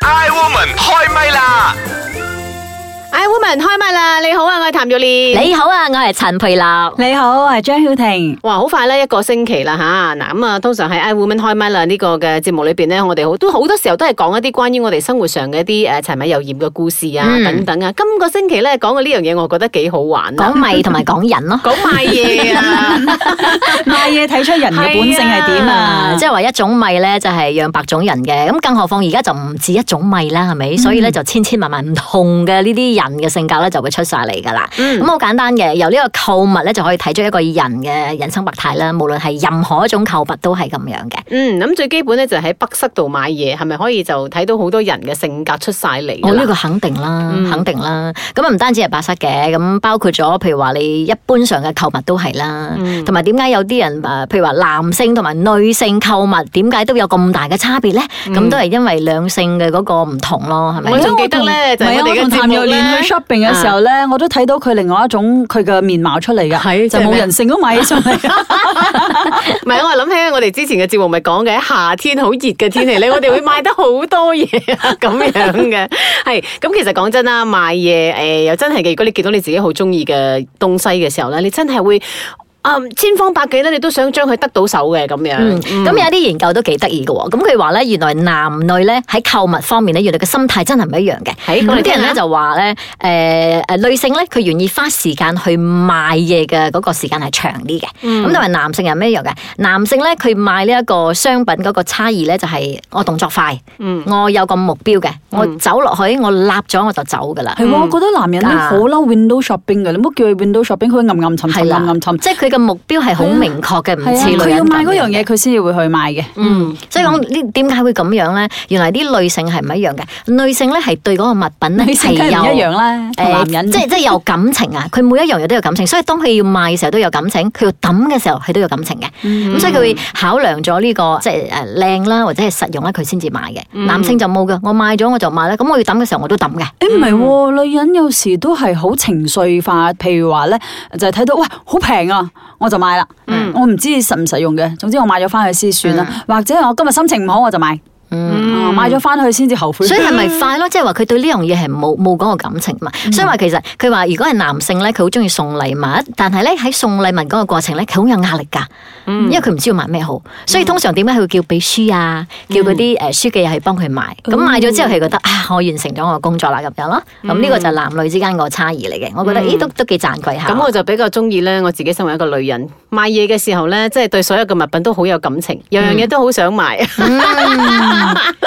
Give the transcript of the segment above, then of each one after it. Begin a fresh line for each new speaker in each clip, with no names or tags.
Iwoman 開唛啦！
I Woman 開唛啦！你好啊，我係譚玉蓮。
你好啊，我係陳佩樂。
你好，我係張 曉婷。
哇，好快咧，一個星期啦吓，嗱咁啊，通常喺 I Woman 開唛啦呢個嘅節目裏邊咧，我哋好都好多時候都係講一啲關於我哋生活上嘅一啲誒呃柴米油鹽嘅故事啊
嗯
等等啊。今個星期咧講嘅呢樣嘢，我覺得幾好玩啊，
講！米同埋講人咯
講賣嘢啊！
賣嘢睇出人嘅本性係點 啊？
即係話一種米咧就係養百種人嘅，咁更何況而家就唔止一種米啦，係咪？所以咧就千千萬萬唔同嘅呢啲人嘅性格咧就會出晒嚟㗎啦。
嗯
咁好簡單嘅，由呢個購物咧就可以睇出一個人嘅人生百態啦。無論係任何一種購物都係咁樣嘅。
嗯，咁最基本咧就喺北室度買嘢，係咪可以就睇到好多人嘅性格出晒嚟㗎
我哦呢
啦？
個肯定啦，
嗯
肯定啦。咁啊唔單止係白室嘅，咁包括咗譬如話你一般上嘅購物都係啦，
嗯
同埋點解有啲人誒，譬如話男性同埋女性購物點解都有咁大嘅差別咧？咁都係因為兩性嘅嗰個唔啊同咯，係
嗯
咪嗯
我？仲記得咧就係我
我
哋嘅
同
節
譚
目
玉
咧
蓮去 shopping 嘅時候咧，我都睇到佢另外一種佢嘅面貌出嚟
係
㗎，就
即係
冇
咩
人性都買起上嚟。
唔係，我係諗起我哋之前嘅節目咪講嘅，夏天好熱嘅天 氣咧，我哋會買得好多嘢啊，咁樣嘅。係，咁其實講真啦，買嘢誒又真係嘅。如果你見到你自己好中意嘅東西嘅時候咧，你真係會。啊、千方百計咧，你都想將佢得到手嘅咁樣。
嗯，咁有啲研究都幾得意嘅喎，咁佢話咧，原來男女咧喺購物方面咧，原來個心態真係唔一樣嘅。
係咁
咁
你
啲
聽
人咧
啊
下
就話咧，誒、誒女性咧佢願意花時間去買嘢嘅嗰個時間係長啲嘅，
嗯
咁同埋男性又咩一樣嘅？男性咧佢買呢一個商品嗰個差異咧就係我動作快，
嗯
我有個目標嘅，我走落去我立咗我就走噶啦。
係喎，我覺得男人咧
啊
好嬲 window shopping 嘅，你唔好叫佢 window shopping，佢會暗暗沉
係
沉、
啦
暗暗沉。
即係佢嘅目標係好明確嘅，唔
係啊
似女人咁樣嘅。
佢要買嗰樣嘢，佢先至會去買嘅。
嗯，所以講呢點解會咁樣咧？原來啲女性係唔一樣嘅，女性咧係對嗰個物品咧
女性梗
係
係唔
有
一樣啦，同
誒
男人
即係即係有感情 啊！佢每一樣嘢都有感情，所以當佢要賣嘅時候都有感情，佢要抌嘅時候佢都有感情嘅。咁、
嗯
所以佢會考量咗呢、個即係誒靚啦，或者係實用啦，佢先至買嘅。
嗯
男性就冇嘅，我買咗我就買啦，咁我要抌嘅時候我都抌嘅。
誒唔係喎，女人有時都係好情緒化，譬如話咧，就係睇到哇好平啊，我就買啦。
嗯
我唔知實唔實用嘅，總之我買咗翻去先算啦。或者我今日心情唔好我就買，
嗯
嗯
啊
哦
買咗翻去先至後悔。
所以係咪快咯？即係話佢對呢樣嘢係冇冇嗰個感情嘛？
嗯
所以話其實佢話如果係男性咧，佢好中意送禮物，但係咧喺送禮物嗰個過程咧，佢好有壓力㗎，
嗯
因為佢唔知要買咩好。所以通常點解佢會叫秘書啊，叫嗰啲誒書記去幫佢買？
嗯
咁買咗之後，佢覺得啊，我完成咗我嘅工作啦咁樣咯。咁
嗯
呢個就係男女之間個差異嚟嘅，我覺得咦都都幾慚愧下。
咁我就比較中意咧，我自己身為一個女人，買嘢嘅時候咧，即係對所有嘅物品都好有感情，樣樣嘢都好想買。
嗯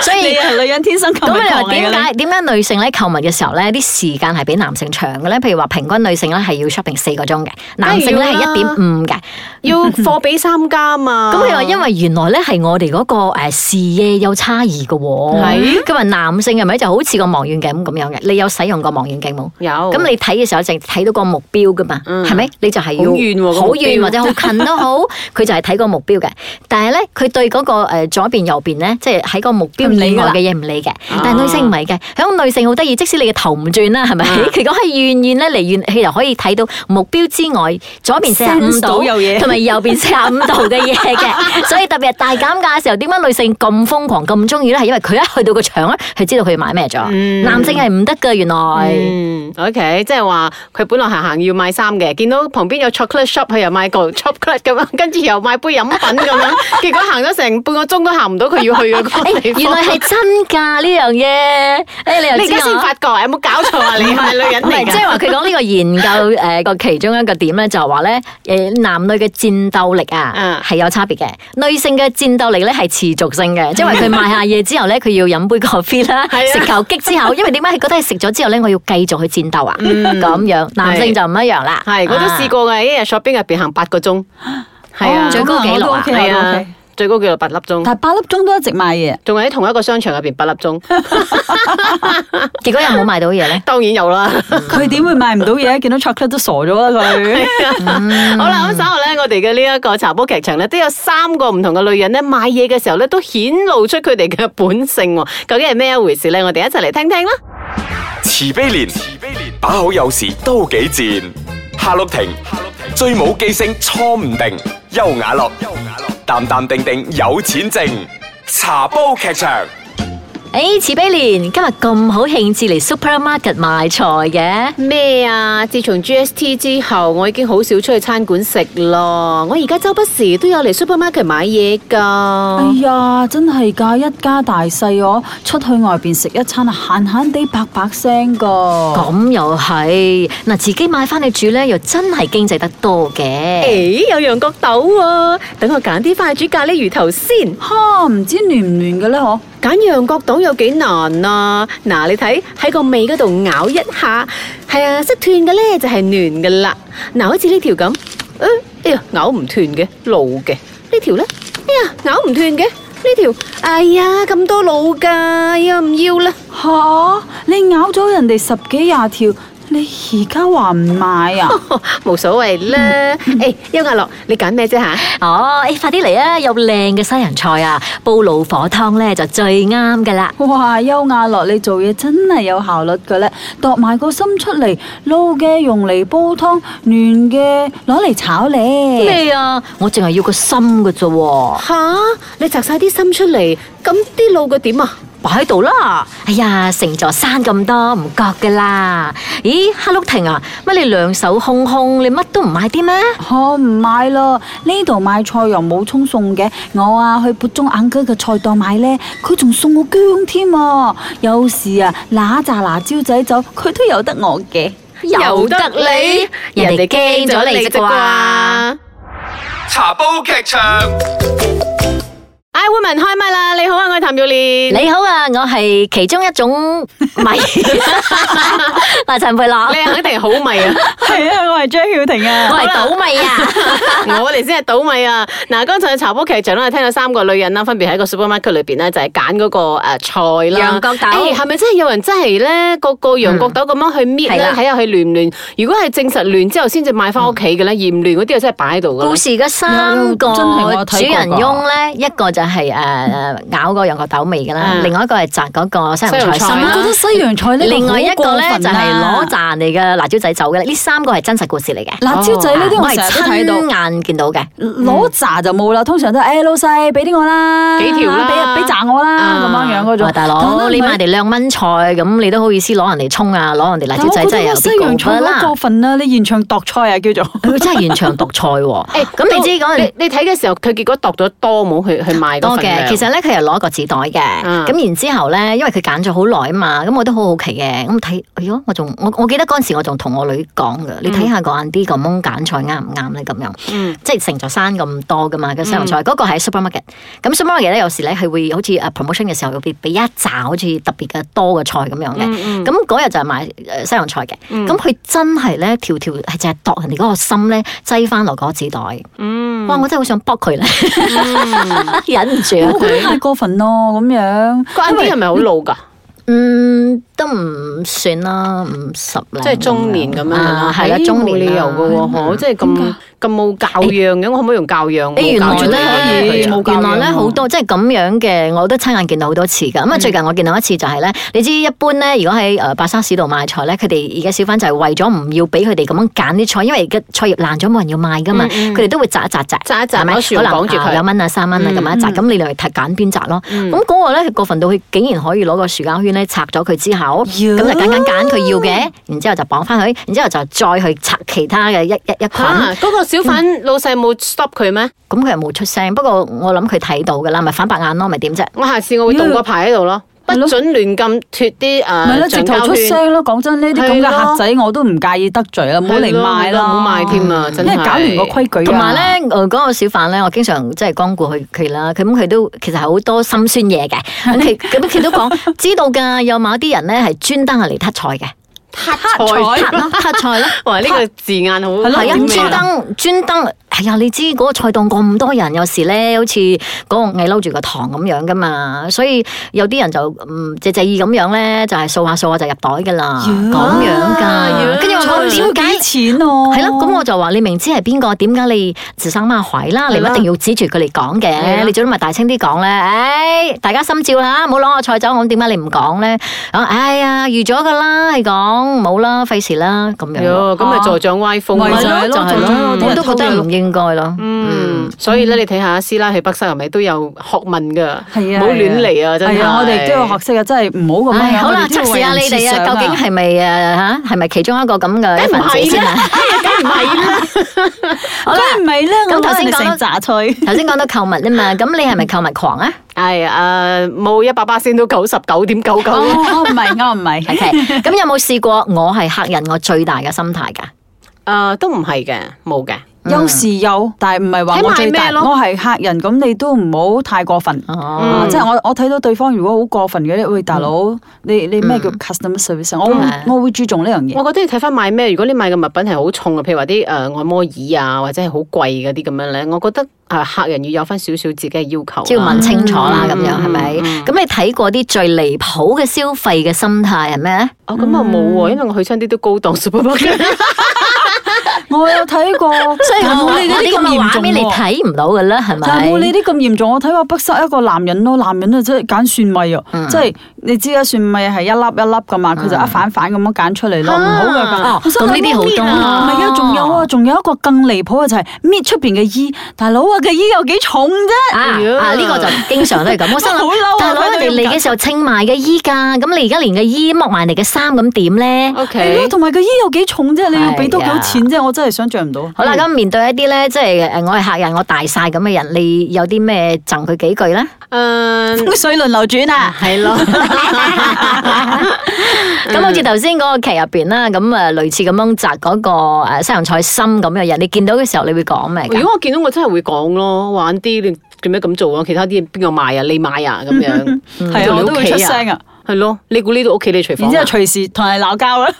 所
你
以。
係女人天生咁啊哦
咁你
樣
話點解點解女性咧購物嘅時候咧啲時間係比男性長嘅咧？譬如話平均女性咧係要 shopping 四個鐘嘅，男性咧係
梗係要啦
一點五嘅。
要貨比三家嘛。
咁佢話因為原來咧係我哋嗰個誒視野有差異嘅喎。佢話男性係咪就好似個望遠鏡咁樣嘅？你有使用過望遠鏡冇？
有
咁你睇嘅時候淨睇到個目標噶嘛，係咪？你就係要
嗯好遠喎個
好
目標
遠或者好近都好， 佢就係睇個目標嘅。但係咧，佢對嗰個誒左邊右邊咧，即係喺個目標
唔理
以
㗎
外
啦
嘅嘢唔理嘅。但係女性唔係嘅，響女性好得意，即使你嘅頭唔轉啦，係咪？ 佢講係遠遠咧離遠，佢就可以睇到目標之外左邊四十五
Sense
度
到有嘢
同埋右邊四十五度嘅嘢嘅。所以特別係大減價嘅時候，點解女性咁瘋狂咁中意咧？係因為佢一去到個場咧，佢知道佢要買咩咗。男性係唔得㗎，原來。
嗯，OK，即係話佢本來行行要買衫嘅，見到旁邊有 chocolate shop，佢又買個 chocolate 咁樣， 跟住又買杯飲品咁 樣，結果行咗成半個鐘都行唔到佢要去嘅嗰個地
誒，原
方
來。係真㗎呢樣嘢，誒你
你而
又知啊
家
我
先發覺，有冇搞錯啊？你係女人
唔係
嚟
即係
㗎？
話佢講呢個研究 誒個其中一個點咧，就係話咧誒男女嘅戰鬥力
嗯
啊係有差別嘅，女性嘅戰鬥力咧係持續 性嘅，即係話佢買下嘢之後咧，佢要飲杯 coffee 啦，
係啊
食球擊之後，因為點解佢覺得係食咗之後咧，我要繼續去戰鬥啊咁樣，男性就唔一樣啦，
嗯
啊
係，我都試過嘅，一日 shopping 入邊行八個鐘，係啊，
最高紀錄啊
係
係
啊
啊，，
最高紀錄八粒鐘，
但係八粒鐘都一直買嘢。
仲係喺同一個商場入邊八粒鐘，
結果又冇買到嘢 咧。
當然有啦。
佢點會買唔到嘢？見到 chocolate 都傻咗啦佢。
好啦，咁稍後咧，我哋嘅呢一個茶煲劇場咧，都有三個唔同嘅女人咧，買嘢嘅時候咧，都顯露出佢哋嘅本性喎。 究竟係咩一回事咧？我哋一齊嚟聽聽啦。
慈悲蓮，慈悲蓮，把好有時都幾賤。夏綠庭，夏綠庭，最冇記性錯唔定。優雅樂，優雅樂，淡淡定定有錢剩。茶煲劇場。
诶，慈悲蓮今日咁好興致嚟 supermarket 買菜嘅，
咩啊？自從 GST 之後，我已經好少出去餐館食咯。我而家周不時都有嚟 supermarket 買嘢
哎
㗎。
呀，真係㗎，一家大細我出去外边食一餐啊，閒閒地白白聲㗎。
咁又係嗱，自己買翻嚟煮咧，又真係經濟得多嘅。
诶、哎有羊角豆喎、等我揀啲翻去煮咖喱魚頭先。
哈，唔知嫩唔嫩嘅咧？嗬，
揀羊角豆有幾難啊？嗱，你睇喺個尾嗰度咬一下，係啊，識斷嘅咧就係嫩嘅啦。嗱，好似呢條咁，誒、哎呀，咬唔斷嘅，老嘅。呢條咧，哎呀，咬唔斷嘅。呢條，哎呀，咁多老㗎，哎呀，唔要啦。
吓，你咬咗人哋十幾廿條，你而家話唔買啊？
冇所謂啦。誒，邱亞樂，你揀咩啫吓？
哦，诶，快啲嚟啊！有靚嘅西人菜啊，煲老火湯咧就最啱噶啦。
哇！優雅樂，你做嘢真係有效率嘅咧，度埋個心出嚟，撈嘅用嚟煲湯，嫩嘅攞嚟炒咧。
咩啊？我淨係要個心嘅啫喎。
吓，你摘晒啲心出嚟，咁啲老嘅點啊？
擺喺度啦！哎呀，成座山咁多唔覺噶啦！咦，哈碌婷啊，乜你兩手空空，你乜都唔買啲咩？
哦我唔買咯，呢度買菜又冇葱送嘅，我啊去撥中眼哥嘅菜檔買咧，佢仲送我薑添啊！有時啊，揦扎辣椒仔走，佢都有得我嘅。
由得你，
人哋驚咗你啫啩。
茶煲劇場。
I woman 開咪啦！你好啊，我係譚玉蓮。
你好啊，我係其中一種米， 嗱陳佩樂，
你肯定係好米啊！
係啊，我係張曉婷啊
我係倒米啊！
我哋先係倒米啊！嗱，剛才嘅茶煲劇場咧，聽到三個女人啦，分別喺個 supermarket 裏邊咧，就係揀嗰個誒菜啦。
羊角豆
誒係咪真係有人真係咧個個羊角豆咁樣去搣
係
咧，
啦
睇下佢亂唔亂？如果係證實亂之後先至買翻屋企嘅咧，而唔亂嗰啲啊真係擺喺度㗎啦。
嗯故事嘅三個
真係我
主
睇過㗎
人翁咧，一個就係誒咬個羊角豆味噶啦，
嗯
另外一個係摘嗰個西洋菜心
西洋菜
啦
我覺得。啊西洋菜呢個
另外一個咧
好過啊
就
分
係
啊
攞賺嚟嘅辣椒仔走嘅咧，呢三個係真實故事嚟嘅。啊
辣椒仔呢啲
我
我成日都睇
係
到。
親眼見到嘅。
攞扎就冇啦，通常都係哎誒老細俾啲我啦，啊
幾條啦
俾俾扎我啦咁樣樣嗰種。
喂啊大
但
佬，
係
你買人
咧
哋兩蚊菜，咁你都好意思攞人哋葱啊，攞人哋辣椒仔，
但我覺
真係
得
有
西洋
啲
菜
過分
好過
啦。
分啊！你現場度菜啊叫做。
佢 真係現場獨菜喎。
誒
咁你知嗰陣
你你睇嘅時候，佢結果度咗多冇去去賣嗰
多
份量
嘅，其實咧佢又攞個紙袋嘅，
嗯
咁然之後咧，因為佢揀咗好耐啊嘛，咁我都好好奇嘅，咁睇，哎呦，我仲我我記得嗰陣時我仲同我女講嘅，你睇下個眼啲個蒙揀菜啱唔啱咧咁樣，
嗯
即係成座山咁多噶嘛嘅西洋菜，嗰個喺 supermarket，咁 supermarket 咧有時咧係會好似誒啊 promotion 嘅時候，會俾一紮好似特別嘅多嘅菜咁樣嘅，
嗯
咁嗰日就係買誒西洋菜嘅，咁佢真係咧條條係淨係度人哋嗰個心咧擠翻落嗰個紙袋，
嗯
哇！我真係好想卜佢咧， 忍唔住啊
我！覺得太過分咯，咁樣。
個 a u 係咪好老㗎？
嗯，都唔算啦，五十零，
即係中年咁樣
啊係啦，
咦
中
冇
年
理由嘅喎，嗬，即係咁咁冇教養嘅，我可唔可以用教養？
哎誒原
冇教養
來
可以
咧，
冇教養
原來咧好多即係咁樣嘅，我都親眼見到好多次㗎。
嗯
咁啊，最近我見到一次就係咧，你知一般咧，如果喺誒白沙市度賣菜咧，佢哋而家小販就係為咗唔要俾佢哋咁樣揀啲菜，因為嘅菜葉爛咗冇人要賣㗎嘛，
嗯
佢哋都會摘一摘摘，
摘一摘
係咪
攞樹
可能
綁住佢嗯
啊兩蚊啊三蚊啊咁樣一摘，咁你哋睇揀邊摘咯。咁嗰個咧過分到佢竟然可以攞個樹膠圈咧拆咗佢之
嗯
後，咁就揀揀揀佢要嘅，然之後就綁翻佢，然之後就再去拆其他嘅一
啊
一一捆。
嚇，嗰個小販老細冇 stop 佢咩？
咁佢又冇出聲，不過我諗佢睇到噶啦，咪反白眼咯，咪點啫？
我下次我會動個牌喺度咯，不
係咯
准亂咁脱啲
唔係啦，
誒
直
橡
頭
膠
出
圈。
聲咯！講真，呢啲咁
係
嘅
咯
客仔我都唔介意得罪啊啦，唔好嚟
係咯
賣啦，
唔好賣添啊真係
因為搞完個
哎
規矩啊
同埋咧，誒嗰個小販咧，我經常即係光顧佢佢啦，咁佢都其實好多心酸嘢嘅，咁 佢咁佢都講知道㗎，有某啲人咧係專登係嚟撻菜
黑
嘅，
菜
撻咯撻菜咯。
哇！呢個字眼好
係咯
係
咁
啊，
咩
專
啊
登專登，係啊！你知嗰個菜檔咁多人，有時咧好似嗰個蟻摟住個糖咁樣噶嘛，所以有啲人就嗯借借意咁樣咧，就係掃下掃下就入袋噶啦，咁樣
呀
噶。跟住我
菜
講點解
點？錢喎？
係咯，咁我就話你明知係邊個，點解你自生孖槐啦？你
係啦
一定要指住佢嚟講
係啦
嘅，你最多咪大聲啲講咧。唉，大家心照啦，唔好攞我菜走，我點解你唔講咧？啊哎呀，預咗噶啦，係講講冇啦，費事啦咁樣咯。
喲咁咪助長歪風
咪
咯，
就係
就
咯
係
就係咯
咯，
啲
我
人
都覺
偷嘢
得
咯
唔應該咯。
Ừ. 嗯，所以咧，你睇下師奶喺北西係咪都有學問噶？
係啊，
唔好亂嚟啊！真係，
係啊，我哋都要學。識啊，真係唔好咁
唉
樣。
好啦，
我哋都
測
要
試下
為
你
人
哋
設
啊，
想
究竟係咪诶吓，系咪其中一個咁嘅一
梗
份
唔
子
係
先啊
啦？，梗唔係 啦。
好啦，唔係咧，
咁
我
頭先
講
講
成 炸吹。
頭先講到購物啊嘛，咁你係咪購物狂啊
係啊，冇一百巴仙都九十九點九
哦
我
九。
我唔係，我唔
？OK，
係。
咁有冇試過我係客人我最大嘅心態㗎？
誒，啊都唔係嘅，冇嘅。
嗯
有時有，但係唔係話我最大，
睇買咩咯
我係客人，咁你都唔好太過分。
哦，
啊
嗯
即係我我睇到對方如果好過分嘅咧，喂大佬，你你咩叫 customer service？我啊
嗯
會我會注重呢樣嘢。
我覺得要睇翻買咩。如果你買嘅物品係好重啊嘅，譬如話啲誒按摩椅啊，或者係好貴嗰啲咁樣咧，我覺得啊客人要有翻少少自己嘅要求啊。
即要問清楚啦，
嗯
咁樣係咪？
嗯
咁你睇過啲最離譜嘅消費嘅心態係咩咧？
哦，咁啊冇喎，因為我去親啲都高檔 supermarket。
我有睇過，
所以
但
我
冇你嗰啲咁
嘅
嚴
畫
重
面你
喎。
睇唔到㗎啦，係咪？
但係冇你啲咁嚴重，我睇話北塞一個男人咯，男人啊真係揀蒜米啊，
嗯
即係你知啦，蒜米係一粒一粒噶嘛，佢就一反反咁樣揀出嚟咯，唔好嘅
啊
我心諗
嗯咁呢啲好多
唔係啊，仲有啊，仲有一個更離譜嘅就係搣出邊嘅衣，大佬啊嘅衣有幾重啫？
啊啊！呢個就經常都係咁，我心
好嬲啊
諗，大佬人
佢哋
哋嚟嘅時候清埋嘅衣㗎，咁你而家連嘅衣剝埋你嘅衫咁點咧？
O
係
K
咯，。同埋個衣有幾重啫？你要俾多幾多
係啊
錢啫？我真係想象唔到。
好啦，咁面對一啲咧，即係誒，我係客人，我大晒咁嘅人，你有啲咩贈佢幾句 咧？
誒，
風水輪流轉啊！
嗯係咯。
咁好似頭先嗰個劇入邊啦，咁啊類似咁樣摘嗰個誒西洋菜心咁嘅人，你見到嘅時候，你會講咩㗎？
如果我見到我真係會講咯，玩啲你做咩咁做啊？其他啲嘢邊個買啊？你買啊？咁 樣
嗯
係啊，我都會出聲啊，
係咯。你估呢度屋企你廚
然
房
之後
啊？
隨時同人鬧交 啊啦。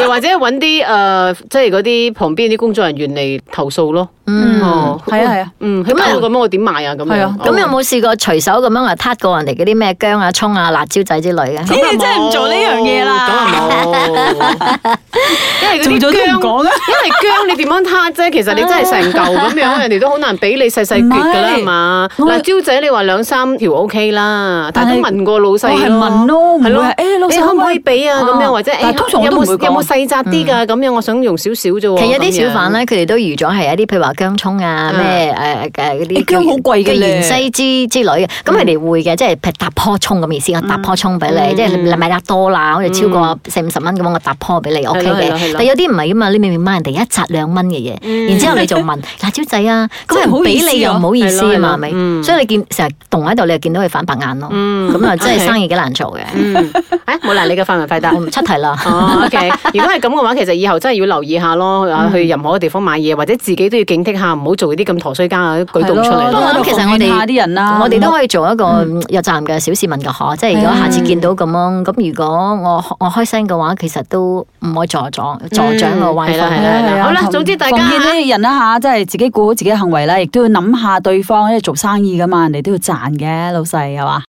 又或者揾啲誒，即係嗰啲旁邊啲工作人員嚟投訴咯。
嗯
哦
係啊係啊，
嗯，咁我咁樣我點買啊？咁
係
樣
啊
咁有冇試過隨手咁樣啊，撻過人哋嗰啲咩姜啊、葱啊、辣椒仔之類嘅？
咦你真係唔做呢樣嘢啦
咁啊冇， 因為嗰
做咗
啲
都
姜，
唔講啊
因為姜你點樣攤啫？其實你真係成嚿咁樣，人哋都好難俾你細細橛㗎啦
唔係
嘛。
我
嗱，蕉仔你話兩三條 OK 啦，但係都
但係
問過老
我
細
係問咯，唔會
係
係
咯。
誒老
你
細
可唔可以俾啊？咁樣或者
但係
誒
通常我
有
都唔
冇
會講
有冇細窄啲㗎？咁樣我想用少少啫喎。
其實有
咁
啲
樣
小販咧，佢哋都預咗係一啲譬如話姜葱啊、
嗯
咩誒誒嗰
哎
誒
啲
姜好貴嘅
嘅
咧
芫茜之之類嘅，
嗯
咁佢哋會嘅，即係譬如搭棵葱咁意思，我搭棵葱俾你，即係你咪得多啦，好似超過四五十蚊咁，我搭棵俾你，OK
嗯係咯係咯係
嘅。
咯嗯
但有啲唔係噶嘛，你明明買人哋一扎兩蚊嘅嘢，然之後你就問辣椒仔 啊，咁人俾你又唔好意思啊嘛，係
真係好意思啊係咯係咯
咪？
嗯
所以你見成日動喺度，你就見到佢反白眼咯，咁啊真 係
OK
生意幾難做嘅。
嗯，誒冇難你嘅快問快答
我。唔出題啦。
哦，OK。如果係咁嘅話，其實以後真係要留意下咯，啊去任何嘅地方買嘢，或者自己都要警惕下，唔好做啲咁陀衰家嘅舉動出嚟
不過
咯。
我諗其實我哋
啊下啲人啊啦，
我哋都可以做一個嗯有責任嘅小市民嘅嗬，即係如果下次見到咁樣，咁如果我我開聲嘅話，其實都唔可以助長助長個歪
係啦係
風。
啦
係啊
好啦
同
總之大家
奉勸呢啲人啦吓，即係自己顧好自己嘅行為啦，亦都要諗下對方，因為做生意噶嘛，人哋都要賺嘅，老細係嘛。